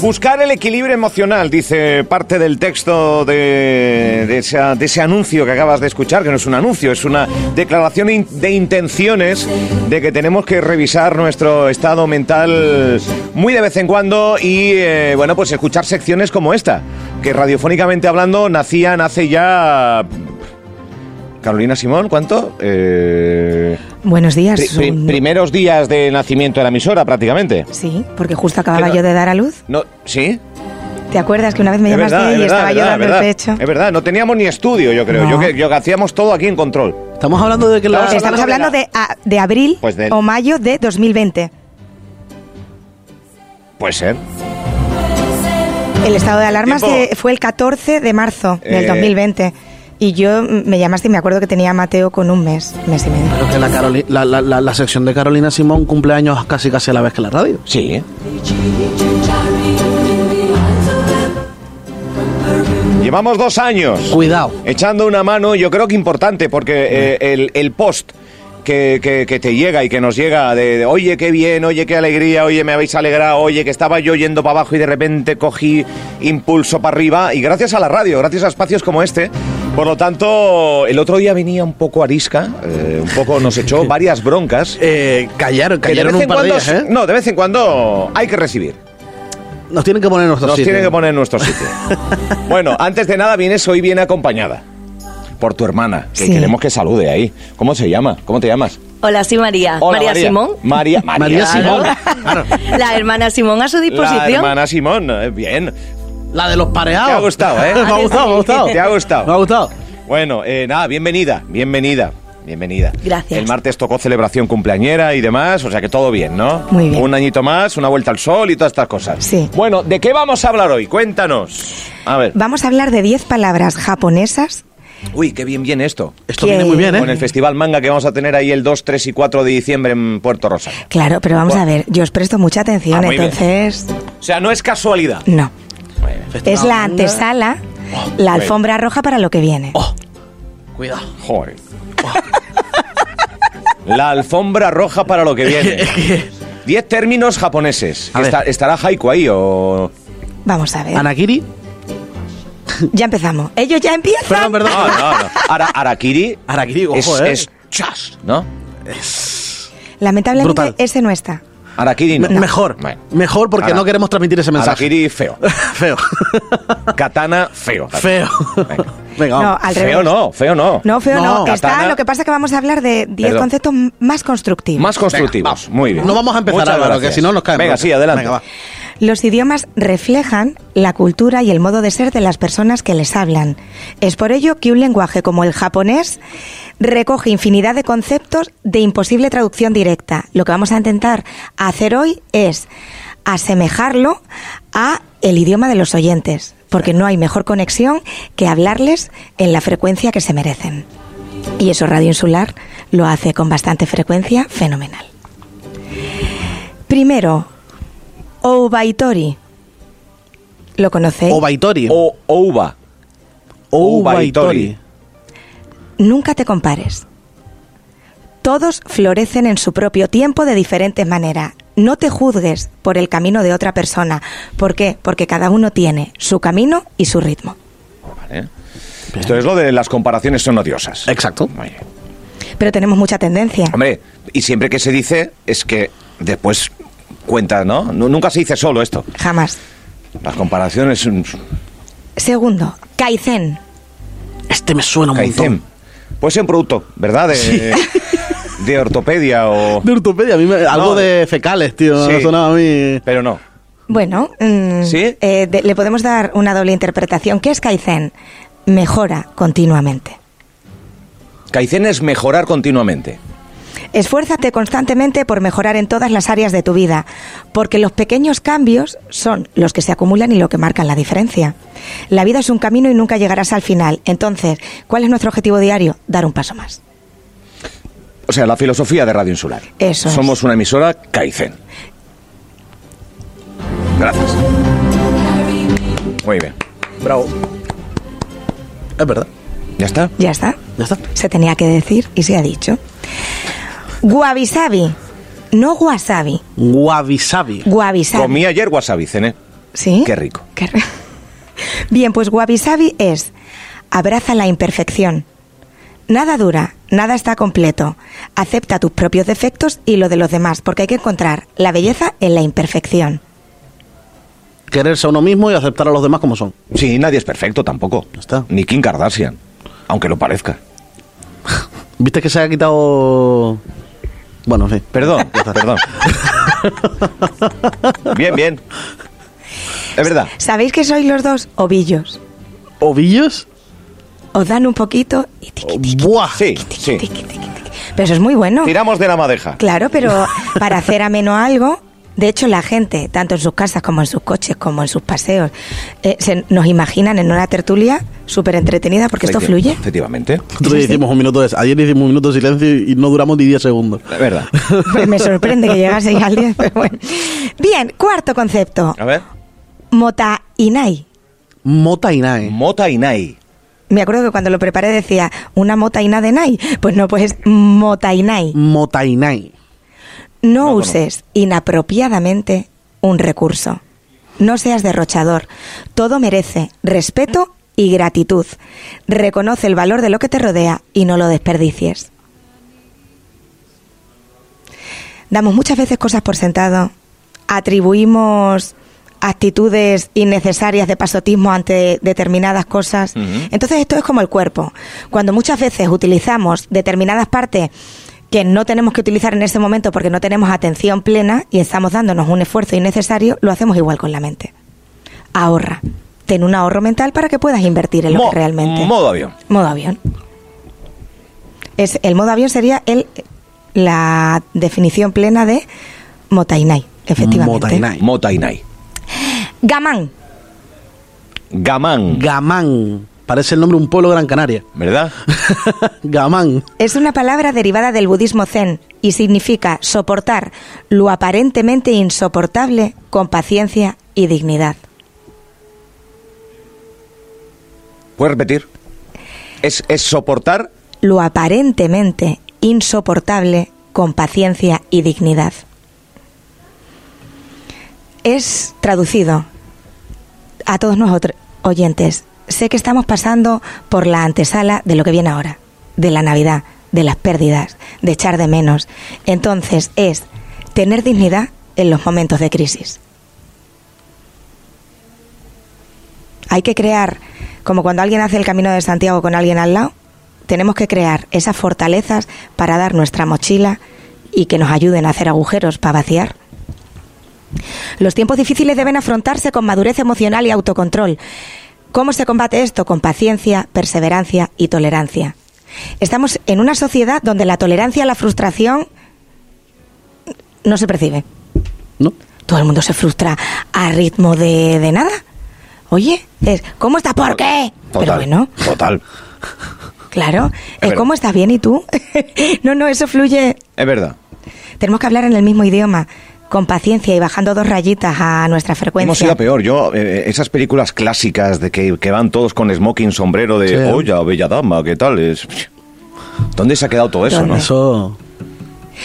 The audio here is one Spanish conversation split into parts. Buscar el equilibrio emocional, dice parte del texto de, de esa- de ese anuncio que acabas de escuchar, que no es un anuncio, es una declaración in- de intenciones de que tenemos que revisar nuestro estado mental muy de vez en cuando y, eh, bueno, pues escuchar secciones como esta, que radiofónicamente hablando nacían hace ya... Carolina Simón, ¿cuánto? Eh, Buenos días. pri- pri- un- primeros días de nacimiento de la emisora, prácticamente. Sí, porque justo acababa Pero- yo de dar a luz. No, ¿Sí? ¿Te acuerdas que una vez me Es llamaste verdad, es y verdad, estaba es yo verdad, dando es verdad. el pecho? Es verdad, no teníamos ni estudio, yo creo. No. Yo, que, yo que hacíamos todo aquí en control. Estamos hablando de que la... Estamos Estamos hablando de, a- de abril Pues del- o mayo de 2020. Puede ser. El estado de alarma Tiempo. se- fue el 14 de marzo del Eh. 2020. Y yo mm, me llamaste y me acuerdo que tenía a Mateo con un mes, mes y medio. Claro que la, Caroli- la, la- la- la sección de Carolina Simón cumpleaños casi casi a la vez que la radio. Sí. Llevamos dos años Cuidado. echando una mano, yo creo que importante, porque eh, el, el post que, que- que te llega y que nos llega de, de, oye, qué bien, oye, qué alegría, oye, me habéis alegrado, oye, que estaba yo yendo para abajo y de repente cogí impulso para arriba, y gracias a la radio, gracias a espacios como este. Por lo tanto, el otro día venía un poco arisca, eh, un poco nos echó varias broncas. Eh, callaron, que de callaron vez un en par de cuando, días, ¿eh? No, de vez en cuando hay que recibir. Nos tienen que poner en nuestro Nos sitio. tiene que poner en nuestro sitio. bueno, antes de nada, vienes hoy bien acompañada. Por tu hermana, que Sí. queremos que salude ahí. ¿Cómo se llama? ¿Cómo te llamas? Hola, soy María. Hola, María, Simón. María, María, María Simón. Simón. Claro. La hermana Simón a su La disposición. hermana Simón, eh, bien. La de los pareados. Te ha gustado, ¿eh? me ha gustado, me ha gustado. Te ha gustado. Me ha gustado. Bueno, eh, nada, bienvenida, bienvenida. Bienvenida. Gracias. El martes tocó celebración cumpleañera y demás, o sea que todo bien, ¿no? Muy bien. Un añito más, una vuelta al sol y todas estas cosas. Sí. Bueno, ¿de qué vamos a hablar hoy? Cuéntanos. A ver. Vamos a hablar de 10 palabras japonesas. Uy, qué bien viene esto. Esto Que- viene muy bien, Con el ¿eh? festival manga que vamos a tener ahí el 2, 3 y 4 de diciembre en Puerto Rosa. Claro, pero vamos Buah. a ver, yo os presto mucha Ah, atención, muy bien. entonces... O sea, no es casualidad. No, Festival es la Manga. antesala, la alfombra roja para lo que viene. Oh, cuidado. Joder. La alfombra roja para lo que viene. Diez términos japoneses. A ver. Está- ¿Estará Haiku ahí o...? Vamos a ver, Anakiri. ya empezamos. Ellos ya empiezan. Perdón, perdón. No, no, no. Ara- Arakiri Arakiri, ojo, es, ¿eh? es chas, ¿no? Lamentablemente Brutal. ese no está. Arakiri no. Me- Mejor. Bueno. Mejor porque Ara- no queremos transmitir ese mensaje. Arakiri feo. Feo. Katana feo. Feo. Venga. Venga, No, vamos. al revés. Feo no, feo no. No, feo no. No. Está, Katana. lo que pasa es que vamos a hablar de 10 Perdón. conceptos m- más constructivos. Más constructivos. Muy bien. No vamos a empezar, Muchas Álvaro, gracias. que si no nos caen. Venga, broncas. sí, adelante. Venga, va. Los idiomas reflejan la cultura y el modo de ser de las personas que les hablan. Es por ello que un lenguaje como el japonés recoge infinidad de conceptos de imposible traducción directa. Lo que vamos a intentar hacer hoy es asemejarlo a el idioma de los oyentes, porque no hay mejor conexión que hablarles en la frecuencia que se merecen. Y eso Radio Insular lo hace con bastante frecuencia, fenomenal. Primero, Oubaitori. ¿Lo conocéis? Obaitori. O Ouba. Obaitori. Nunca te compares. Todos florecen en su propio tiempo de diferentes maneras. No te juzgues por el camino de otra persona. ¿Por qué? Porque cada uno tiene su camino y su ritmo. Vale. Esto es lo de las comparaciones son odiosas. Exacto. Muy bien. Pero tenemos mucha tendencia. Hombre, y siempre que se dice es que después cuenta, ¿no? Nu- Nunca se dice solo esto. Jamás. Las comparaciones mm, Segundo, Kaizen. Este me suena un Kaizen. montón. Puede ser un producto, ¿verdad? De, de ortopedia o... De ortopedia, a mí me- algo de fecales, tío. eh, Sí. Me sonaba a mí. Pero no. Bueno, mm, ¿Sí? eh, de- le podemos dar una doble interpretación. ¿Qué es Kaizen? Mejora continuamente. Kaizen es mejorar continuamente. Esfuérzate constantemente por mejorar en todas las áreas de tu vida, porque los pequeños cambios son los que se acumulan y lo que marcan la diferencia. La vida es un camino y nunca llegarás al final. Entonces, ¿cuál es nuestro objetivo diario? Dar un paso más. O sea, la filosofía de Radio Insular. Eso es. Somos una emisora Kaizen. Gracias. Muy bien. Bravo. Es verdad. ¿Ya está? Ya está. Ya está. Se tenía que decir y se ha dicho. Guabisabi. No wasabi. Wabi sabi. Guabisabi. Comí ayer wasabi, cené. ¿Sí? Qué rico. Qué ri- Bien, pues Wabi Sabi es abraza la imperfección. Nada dura, nada está completo. Acepta tus propios defectos y lo de los demás, porque hay que encontrar la belleza en la imperfección. Quererse a uno mismo y aceptar a los demás como son. Sí, nadie es perfecto tampoco. Ya está. Ni Kim Kardashian, aunque lo parezca. ¿Viste que se ha quitado...? Bueno, sí. Perdón, perdón. bien, bien. Es verdad. ¿Sabéis que sois los dos ovillos? ¿Ovillos? Os dan un poquito y tiqui, ¡Buah! Sí, sí. tiqui, tiqui, tiqui. Pero eso es muy bueno. Tiramos de la madeja. Claro, pero para hacer ameno algo, de hecho la gente, tanto en sus casas como en sus coches, como en sus paseos, eh, se nos imaginan en una tertulia súper entretenida porque esto Efecti- fluye. Efectivamente. Nosotros Sí, sí. hicimos un minuto de... Ayer hicimos un minuto de silencio y no duramos ni 10 segundos. Es verdad. Me sorprende que llegase ya al 10, pero bueno. Bien, cuarto concepto. A ver. Mota Inai. Mota y Nae. Mota y Nai. Me acuerdo que cuando lo preparé decía, una mota Ina de Nai. Pues no, pues mota Inai. Mota y Nae. No uses inapropiadamente un recurso. No seas derrochador. Todo merece respeto y gratitud. Reconoce el valor de lo que te rodea y no lo desperdicies. Damos muchas veces cosas por sentado. Atribuimos actitudes innecesarias de pasotismo ante determinadas cosas. Ujú. Entonces esto es como el cuerpo. Cuando muchas veces utilizamos determinadas partes que no tenemos que utilizar en ese momento porque no tenemos atención plena y estamos dándonos un esfuerzo innecesario, lo hacemos igual con la mente. Ahorra. Ten un ahorro mental para que puedas invertir en lo Mo- que realmente. Modo avión. Modo avión. Es, el modo avión sería el, la definición plena de Motainai, efectivamente. Motainai. Mota y Nai. Gamán. Gamán. Gamán. Parece el nombre de un pueblo de Gran Canaria. ¿Verdad? Gamán. Es una palabra derivada del budismo zen y significa soportar lo aparentemente insoportable con paciencia y dignidad. ¿Puedes repetir? Es, es soportar. Lo aparentemente insoportable con paciencia y dignidad. Es traducido a todos nuestros oyentes. Sé que estamos pasando por la antesala de lo que viene ahora, de la Navidad, de las pérdidas, de echar de menos. Entonces es tener dignidad en los momentos de crisis. Hay que crear, como cuando alguien hace el camino de Santiago con alguien al lado, tenemos que crear esas fortalezas para dar nuestra mochila y que nos ayuden a hacer agujeros para vaciar. Los tiempos difíciles deben afrontarse con madurez emocional y autocontrol. ¿Cómo se combate esto? Con paciencia, perseverancia y tolerancia. Estamos en una sociedad donde la tolerancia a la frustración no se percibe. ¿No? Todo el mundo se frustra a ritmo de, de nada. Oye, es, ¿cómo estás? ¿Por qué? Pero Total. bueno, Total. claro. eh, Pero- ¿Cómo estás bien y tú? no, no, eso fluye. Es verdad. Tenemos que hablar en el mismo idioma, con paciencia y bajando dos rayitas a nuestra Hemos frecuencia. sido peor. Yo, eh, esas películas clásicas de que, que van todos con smoking, sombrero de Sí. olla, bella dama, ¿qué tal? Es... ¿Dónde se ha quedado todo eso, ¿Dónde? no? Eso...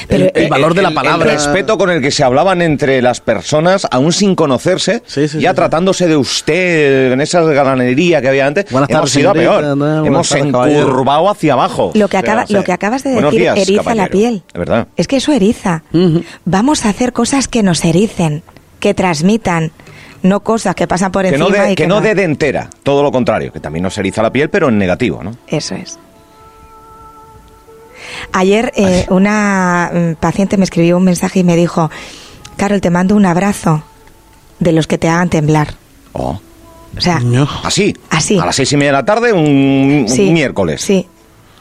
Pero, el, el eh, valor de la Ah. el- palabra. El respeto con el que se hablaban entre las personas, aún sin conocerse, Sí, sí, ya sí, tratándose de usted en esa galanería que había antes, Buenas hemos tardes, sido señorita, peor. no, buenas hemos tardes, caballero. encurvado hacia abajo. Lo que, O sea, acaba- sí. lo que acabas de Buenos decir días, eriza la caballero. piel. Es verdad. Es que eso eriza. Ujú. Vamos a hacer cosas que nos ericen, que transmitan, no cosas que pasan por Que no, encima de, y que no de, de entera, todo lo contrario, que también nos eriza la piel, pero en negativo, ¿no? Eso es. Ayer eh, una mm, paciente me escribió un mensaje y me dijo, Carol, te mando un abrazo de los que te hagan temblar. Oh. O sea, Coño. Así. Así. A las seis y media de la tarde, un, un sí, miércoles. Sí,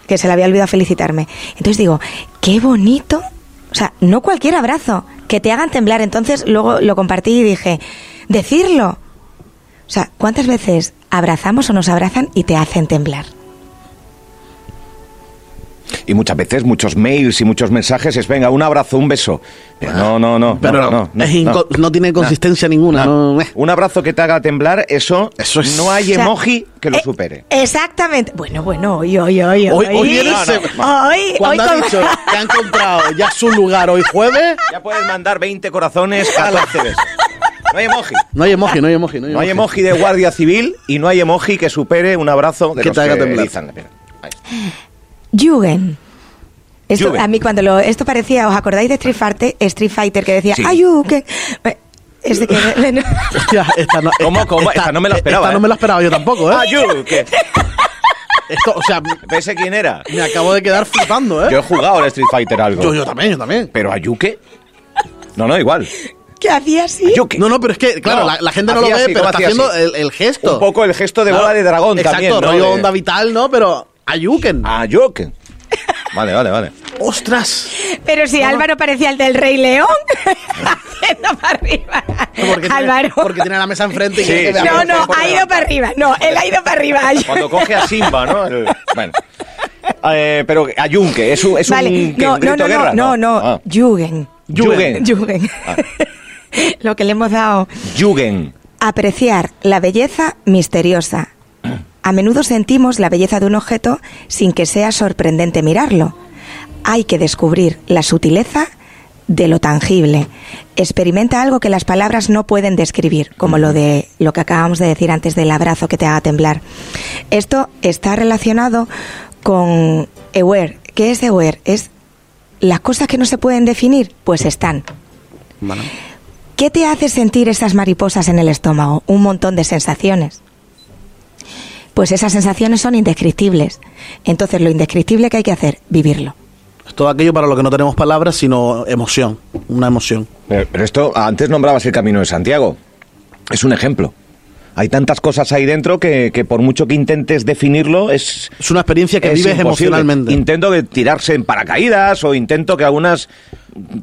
que se le había olvidado felicitarme. Entonces digo, qué bonito. O sea, no cualquier abrazo, que te hagan temblar. Entonces luego lo compartí y dije, decirlo. O sea, ¿cuántas veces abrazamos o nos abrazan y te hacen temblar? Y muchas veces, muchos mails y muchos mensajes es, venga, un abrazo, un beso. Pero no, no, no. Pero no, no, no, es inco- no. no tiene consistencia ninguna, no, eh. Ah, Un abrazo que te haga temblar, eso, Eso es- no hay O sea, emoji que lo eh, supere. Exactamente. Bueno, bueno, hoy, hoy, hoy, Hoy, hoy. hoy viene No, no. ese- Eh, Hoy, Cuando hoy ha com- dicho que han comprado ya su lugar hoy jueves, Ya puedes mandar 20 corazones, 14 besos. No hay emoji. No hay emoji, no hay emoji. No hay No hay emoji de guardia civil y no hay emoji que supere un abrazo de Que los te haga que temblar. erizan la piel. Ahí está. Jugend. Esto, Jugend. a mí cuando lo, esto parecía, ¿os acordáis de Street Fighter, Street Fighter que decía, Sí. Ayuken? Eh, Es de que... Hostia, esta no, ¿Cómo, cómo? Esta no me la esperaba, Esta no ¿eh? me la esperaba yo tampoco, ¿eh? Ah, you, ¿qué? Esto, o sea, ¿Ese quién era? me acabo de quedar flipando, ¿eh? Yo he jugado al Street Fighter algo. yo, yo también, yo también. ¿Pero a Yuke? No, no, igual. que hacía así. Yuke. No, no, pero es que, claro, No, la, la gente no lo hacía ve, así, pero ¿cómo está hacía haciendo así? el, el gesto. Un poco el gesto de Claro, bola de dragón Exacto, también, ¿no? rollo De- Ah. onda vital, ¿no? Pero Ayuken. A Yuke. Vale, vale, vale. ¡Ostras! Pero si Álvaro parecía el del Rey León, haciendo para arriba. Porque tiene, Álvaro. porque tiene la mesa enfrente y Sí, quiere que sí. vea- No, un no, poco ha ido levantado. para arriba. No, él ha ido para arriba. Cuando coge a Simba, ¿no? El- bueno. Eh, pero a Yunque, es un, es un- Vale, que no, un grito no, no, de guerra, no, no, Ah. no, Jugend. Jugend. Jugend. Ah. Lo que le hemos dado. Yugen. Apreciar la belleza misteriosa. A menudo sentimos la belleza de un objeto sin que sea sorprendente mirarlo. Hay que descubrir la sutileza de lo tangible. Experimenta algo que las palabras no pueden describir, como lo de lo que acabamos de decir antes del abrazo que te haga temblar. Esto está relacionado con aware. ¿Qué es aware? Es las cosas que no se pueden definir, pues están. ¿Qué te hace sentir esas mariposas en el estómago? Un montón de sensaciones. Pues esas sensaciones son indescriptibles. Entonces, lo indescriptible que hay que hacer, vivirlo. Es todo aquello para lo que no tenemos palabras, sino emoción. Una emoción. Pero, pero esto, antes nombrabas el Camino de Santiago. Es un ejemplo. Hay tantas cosas ahí dentro que, que por mucho que intentes definirlo, es... Es una experiencia que es vives imposible. emocionalmente. Intento de tirarse en paracaídas o intento que algunas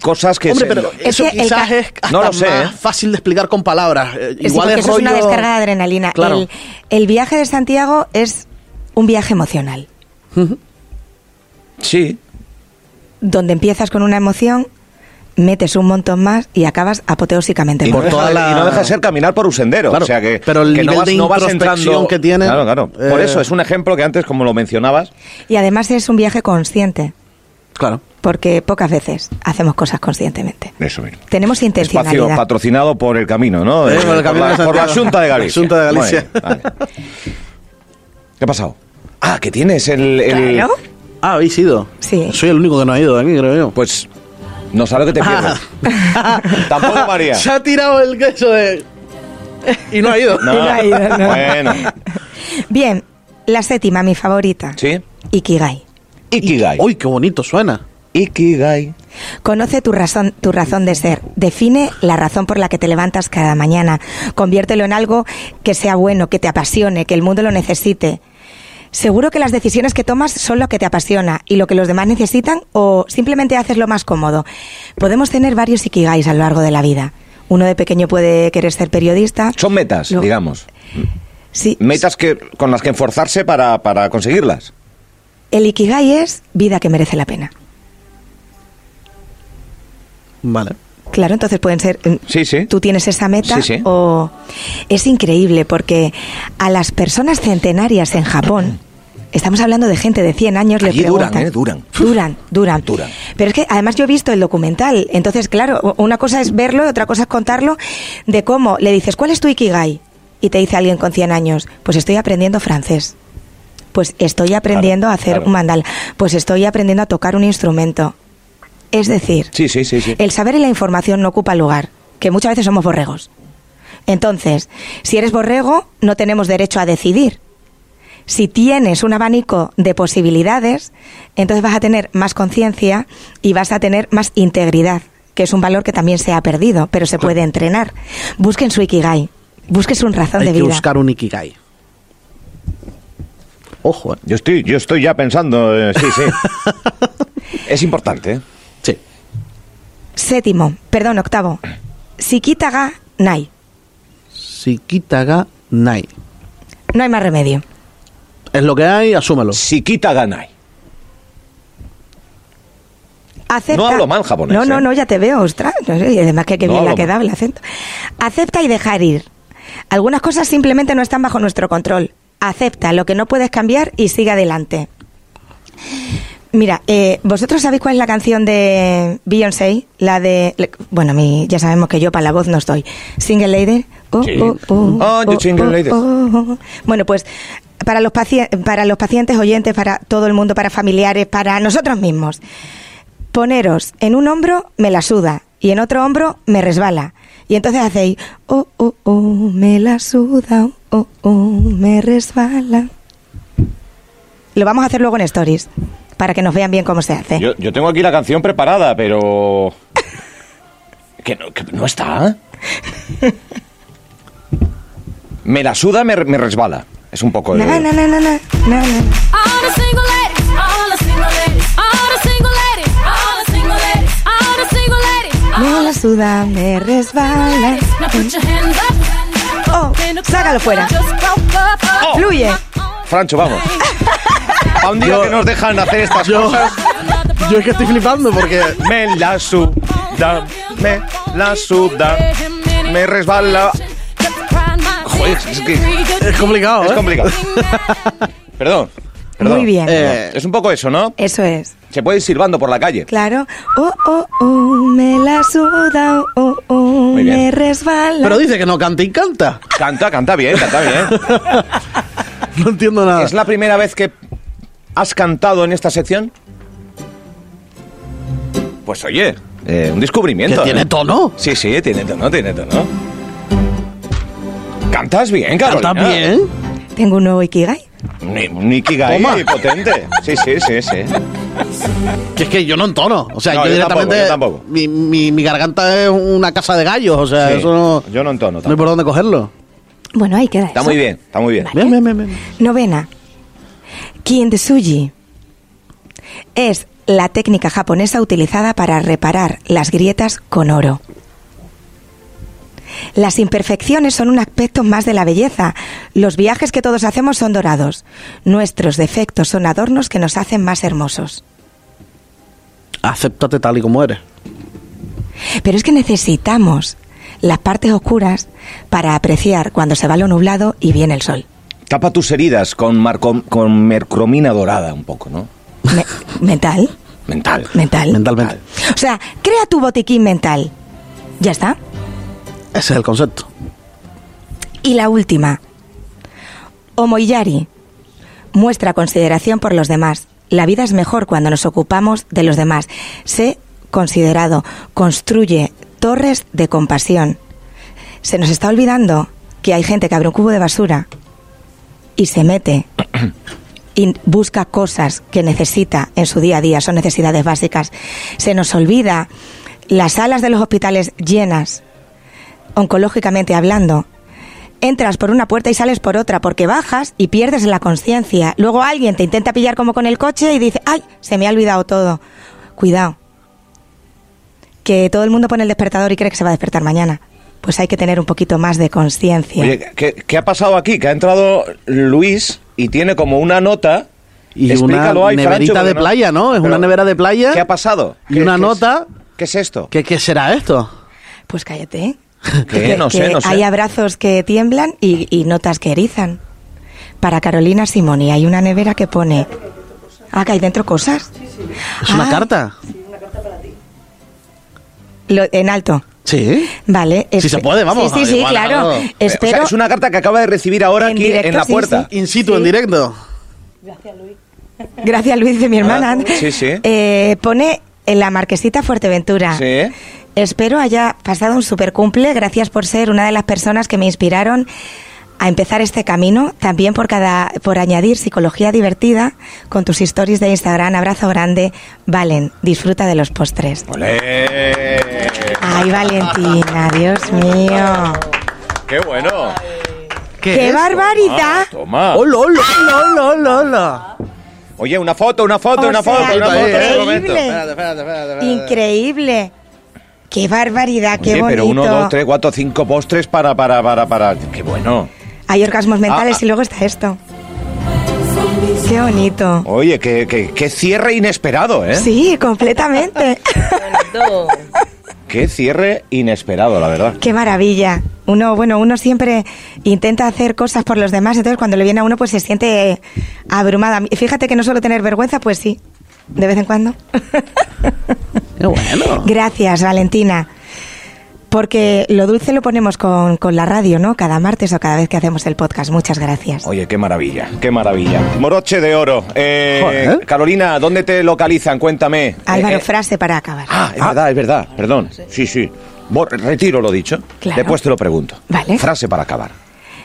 cosas que... Hombre, se- pero Es eso que el quizás ca- es hasta No lo sé, más ¿eh? fácil de explicar con palabras. Eh, Sí, Igual porque es eso rollo... es una descarga de adrenalina. Claro. El, el viaje de Santiago es un viaje emocional, Sí. donde empiezas con una emoción, metes un montón más y acabas apoteósicamente. Y no, Por deja, toda de- la- y no deja de ser caminar por un sendero. Claro, o sea que, pero el que nivel de introspección que tiene, Claro, claro. Por eh, eso es un ejemplo que antes, como lo mencionabas, Y además es un viaje consciente, Claro. porque pocas veces hacemos cosas conscientemente. eso mismo. Tenemos Espacio intencionalidad. patrocinado por el camino, ¿no? Eh, Eh, por el Camino la, de por la Santiago. Junta de Galicia. Junta de Galicia. Muy bien, vale. ¿Qué ha pasado? Ah, que tienes el. el- Claro. Ah, habéis ido. Sí. Soy el único que no ha ido de aquí, creo yo. Ah. Pues no sabes lo que te pierdes. Tampoco María. Se ha tirado el queso de. Y no ha ido. No. No ha ido, no. Bueno. Bien, la séptima, mi favorita. Sí. Ikigai. Ikigai. Uy, qué bonito suena. Ikigai. Conoce tu razón, tu razón de ser. Define la razón por la que te levantas cada mañana. Conviértelo en algo que sea bueno, que te apasione, que el mundo lo necesite. Seguro que las decisiones que tomas son lo que te apasiona y lo que los demás necesitan o simplemente haces lo más cómodo. Podemos tener varios ikigais a lo largo de la vida. Uno de pequeño puede querer ser periodista. Son metas, Lo- digamos. Sí, Metas que, con las que enforzarse para, para conseguirlas. el ikigai es vida que merece la pena. Vale. Claro, entonces pueden ser. mm, Sí, sí. Tú tienes esa meta Sí, sí. o es increíble porque a las personas centenarias en Japón estamos hablando de gente de 100 años Allí le duran, preguntan. ¿eh? Duran. Duran, duran. Duran. Pero es que además yo he visto el documental, entonces claro, una cosa es verlo y otra cosa es contarlo de cómo le dices, "¿Cuál es tu ikigai?" y te dice alguien con 100 años, "Pues estoy aprendiendo francés." Pues estoy aprendiendo Claro, a hacer claro. un mandal. Pues estoy aprendiendo a tocar un instrumento. Es decir, Sí, sí, sí. sí. el saber y la información no ocupa lugar, que muchas veces somos borregos. Entonces, si eres borrego, no tenemos derecho a decidir. Si tienes un abanico de posibilidades, entonces vas a tener más conciencia y vas a tener más integridad, que es un valor que también se ha perdido, pero se puede entrenar. Busquen su ikigai, busquen su razón Hay de que vida. buscar un Ikigai. Ojo, eh. Yo estoy, yo estoy ya pensando, eh, sí, sí. es importante, ¿eh? Sí. Séptimo, perdón, octavo. Sikita ga nai. Sikitaga Nai. No hay más remedio. Es lo que hay, asúmelo. Sikita Ganai. Acepta- No hablo mal japonés, No, no, ¿eh? no, ya te veo, ostras. No sé, y además que, que No bien la hablo que mal. da el acento. Acepta y dejar ir. Algunas cosas simplemente no están bajo nuestro control. Acepta lo que no puedes cambiar y sigue adelante. Mira, eh, ¿vosotros sabéis cuál es la canción de Beyoncé? La de. le- bueno, mi- ya sabemos que yo para la voz no estoy. Single Lady. Oh, Sí. oh, oh, Ah, yo single lady. oh. Bueno, pues para los, paci- para los pacientes, oyentes, para todo el mundo, para familiares, para nosotros mismos. Poneros en un hombro me la suda y en otro hombro me resbala. Y entonces hacéis, oh, oh, oh, me la suda, oh, oh, me resbala. Lo vamos a hacer luego en stories, para que nos vean bien cómo se hace. Yo, yo tengo aquí la canción preparada, pero... Que no, que no está. Me la suda, me, me resbala. Es un poco... Na, eh, na, na, na, na, na, na. All the single ladies, all the single ladies, all the single ladies, all the single ladies, all the single ladies. Me la suda, me resbala. Now put your hands up. Oh, sácalo fuera. Fluye. ¡Oh! Francho, vamos. A un día que nos dejan hacer estas yo- cosas... Yo es que estoy flipando porque Me la suda, me la suda, me resbala. Joder, es que- es complicado, Es ¿eh? complicado. Perdón. perdón. Muy bien. Eh, Es un poco eso, ¿no? Eso es. Se puede ir silbando por la calle. Claro. Oh, oh, oh, me la suda, oh, oh, Muy bien. me resbala. pero dice que no canta y canta. Canta, canta bien, canta bien. No entiendo nada. ¿Es la primera vez que has cantado en esta sección? Pues oye, eh, un Que descubrimiento. ¿eh? tiene tono. Sí, sí, tiene tono, tiene tono. Cantas bien, Carolina. Canta bien. Tengo un nuevo Ikigai. Ni- Nicky Gay, Toma. potente. Sí, sí, sí, sí. Que es que yo no entono. O sea, No, yo, yo tampoco, directamente. yo tampoco. Mi, mi, mi garganta es una casa de gallos. O sea, Sí, eso no. yo no entono No hay por dónde cogerlo. Bueno, ahí queda Está eso. muy bien, está muy bien. Bien, bien, bien, bien. Novena. Kintsugi es la técnica japonesa utilizada para reparar las grietas con oro. Las imperfecciones son un aspecto más de la belleza. Los viajes que todos hacemos son dorados. Nuestros defectos son adornos que nos hacen más hermosos. Acéptate tal y como eres. Pero es que necesitamos las partes oscuras para apreciar cuando se va lo nublado y viene el sol. Tapa tus heridas con, marco- con mercromina dorada un poco, ¿no? Me- mental, Mental. mental. Mentalmente. O sea, crea tu botiquín mental. Ya está. Ese es el concepto. Y la última. Omoyari. Muestra consideración por los demás. La vida es mejor cuando nos ocupamos de los demás. Sé considerado. Construye torres de compasión. Se nos está olvidando que hay gente que abre un cubo de basura y se mete y busca cosas que necesita en su día a día, son necesidades básicas. Se nos olvida las salas de los hospitales llenas, oncológicamente hablando. Entras por una puerta y sales por otra porque bajas y pierdes la conciencia. Luego alguien te intenta pillar como con el coche y dice, ay, se me ha olvidado todo. Cuidado. Que todo el mundo pone el despertador y cree que se va a despertar mañana. Pues hay que tener un poquito más de conciencia. Oye, ¿qué, qué ha pasado aquí? Que ha entrado Luis y tiene como una nota. Y Explícalo una ahí, neverita Francho, porque de playa, ¿no? Es una nevera de playa. ¿Qué ha pasado? Y ¿Qué- una qué es- nota. ¿Qué es esto? ¿Qué, qué será esto? Pues cállate. ¿eh? ¿Qué? No que sé, no sé. Hay abrazos que tiemblan y, y notas que erizan. Para Carolina Simoni hay una nevera que pone... Ah, que hay dentro cosas. ¿Es Pues una Ah, carta? lo- en alto. Sí. Vale. Si se puede, vamos, Sí, sí, sí, igual, claro. claro. Eh, o sea, Espero... es una carta que acaba de recibir ahora En aquí directo, en la sí, puerta. sí. In situ, en directo. Gracias, Luis, de mi hermana. sí, sí. Eh, pone en la marquesita Fuerteventura. Sí. Espero haya pasado un super cumple. Gracias por ser una de las personas que me inspiraron a empezar este camino. También por, cada, por añadir psicología divertida con tus stories de Instagram. Abrazo grande. Valen, disfruta de los postres. ¡Olé! Ay, Valentina, Dios mío. ¡Qué bueno! ¡Qué, es? barbaridad! Toma. ¡Hola, hola, hola, hola, hola! Oye, una foto, una foto, O una sea, foto, una foto. en este increíble. momento. Espérate, espérate, espérate. espérate. Increíble. ¡Qué barbaridad! ¡Qué Oye, bonito! pero uno, dos, tres, cuatro, cinco postres para, para, para, para. ¡Qué bueno! Hay orgasmos mentales Ah, ah. y luego está esto. Qué bonito. Oye, qué, qué- qué cierre inesperado, ¿eh? Sí, completamente. Bonito. Qué cierre inesperado, la verdad. Qué maravilla. Uno, bueno, uno siempre intenta hacer cosas por los demás, entonces cuando le viene a uno pues se siente abrumada. Fíjate que no suelo tener vergüenza, pues sí. de vez en cuando. Qué bueno. Gracias, Valentina. Porque lo dulce lo ponemos con, con la radio, ¿no? Cada martes o cada vez que hacemos el podcast. Muchas gracias. Oye, qué maravilla, qué maravilla. Moroche de oro. Eh, Joder. Carolina, ¿dónde te localizan? Cuéntame. Álvaro, Eh, eh, frase para acabar. Ah, es verdad, es verdad, perdón. Sí, sí. Bo- Retiro lo dicho. Claro. Después te lo pregunto. Vale. Frase para acabar.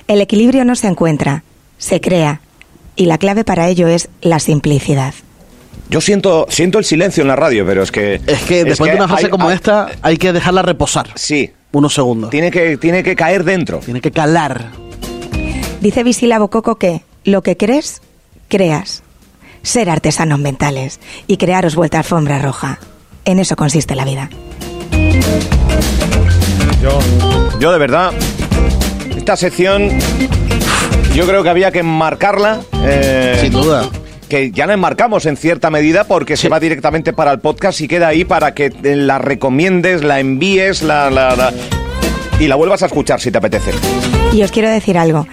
El equilibrio no se encuentra, se crea. Y la clave para ello es la simplicidad. Yo siento, siento el silencio en la radio, pero es que... Es que después de una frase hay- como hay- esta, hay que dejarla reposar. Sí, Unos segundos. tiene que, tiene que caer dentro. Tiene que calar. Dice Visila Bococo que lo que crees, creas. Ser artesanos mentales y crearos vuelta alfombra roja. En eso consiste la vida. Yo, yo de verdad, esta sección yo creo que había que enmarcarla. eh, Sin duda. Que ya la enmarcamos en cierta medida porque se Sí. va directamente para el podcast y queda ahí para que eh, la recomiendes, la envíes, la, la- la- y la vuelvas a escuchar si te apetece. Y os quiero decir algo.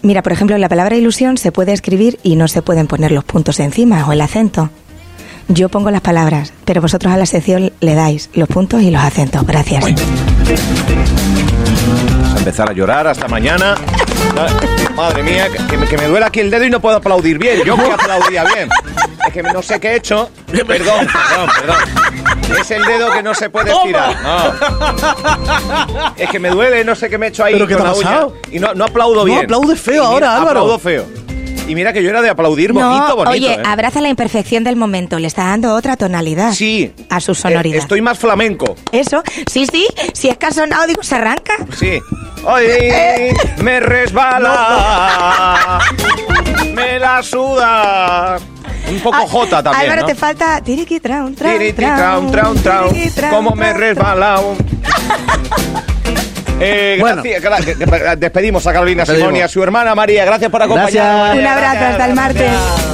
Mira, por ejemplo, la palabra ilusión se puede escribir y no se pueden poner los puntos encima o el acento. Yo pongo las palabras, pero vosotros a la sección le dais los puntos y los acentos. Gracias. Vamos a empezar a llorar hasta mañana. Madre mía, que- que me, que me duele aquí el dedo y no puedo aplaudir bien. Yo que aplaudía bien. Es que no sé qué he hecho. Perdón, perdón, perdón. Es el dedo que no se puede estirar. No. Es que me duele, no sé qué me he hecho ahí ¿Pero qué con te ha la uña. pasado? Y no, no aplaudo No, bien. aplaude feo Y mira, ahora, Álvaro. Aplaudo feo. Y mira que yo era de aplaudir bonito, bonito. oye, ¿eh? abraza la imperfección del momento, le está dando otra tonalidad Sí. a su sonoridad. Eh, estoy más flamenco. Eso, sí, sí, si es que ha sonado, digo, se arranca. Sí. Oye, me resbala. Me la suda. Un poco Ah, jota también. Álvaro, ¿no? te falta tiriqui traun, traun, Tiri, ti, traun, traun, traun. tiriqui, traun, Como me traun, resbala. Eh, Bueno. gracias, gra- gra- gra- despedimos a Carolina Despedimos. Simón y a su hermana María. Gracias por acompañarnos. Gracias. María, Un abrazo, hasta el gracias. martes.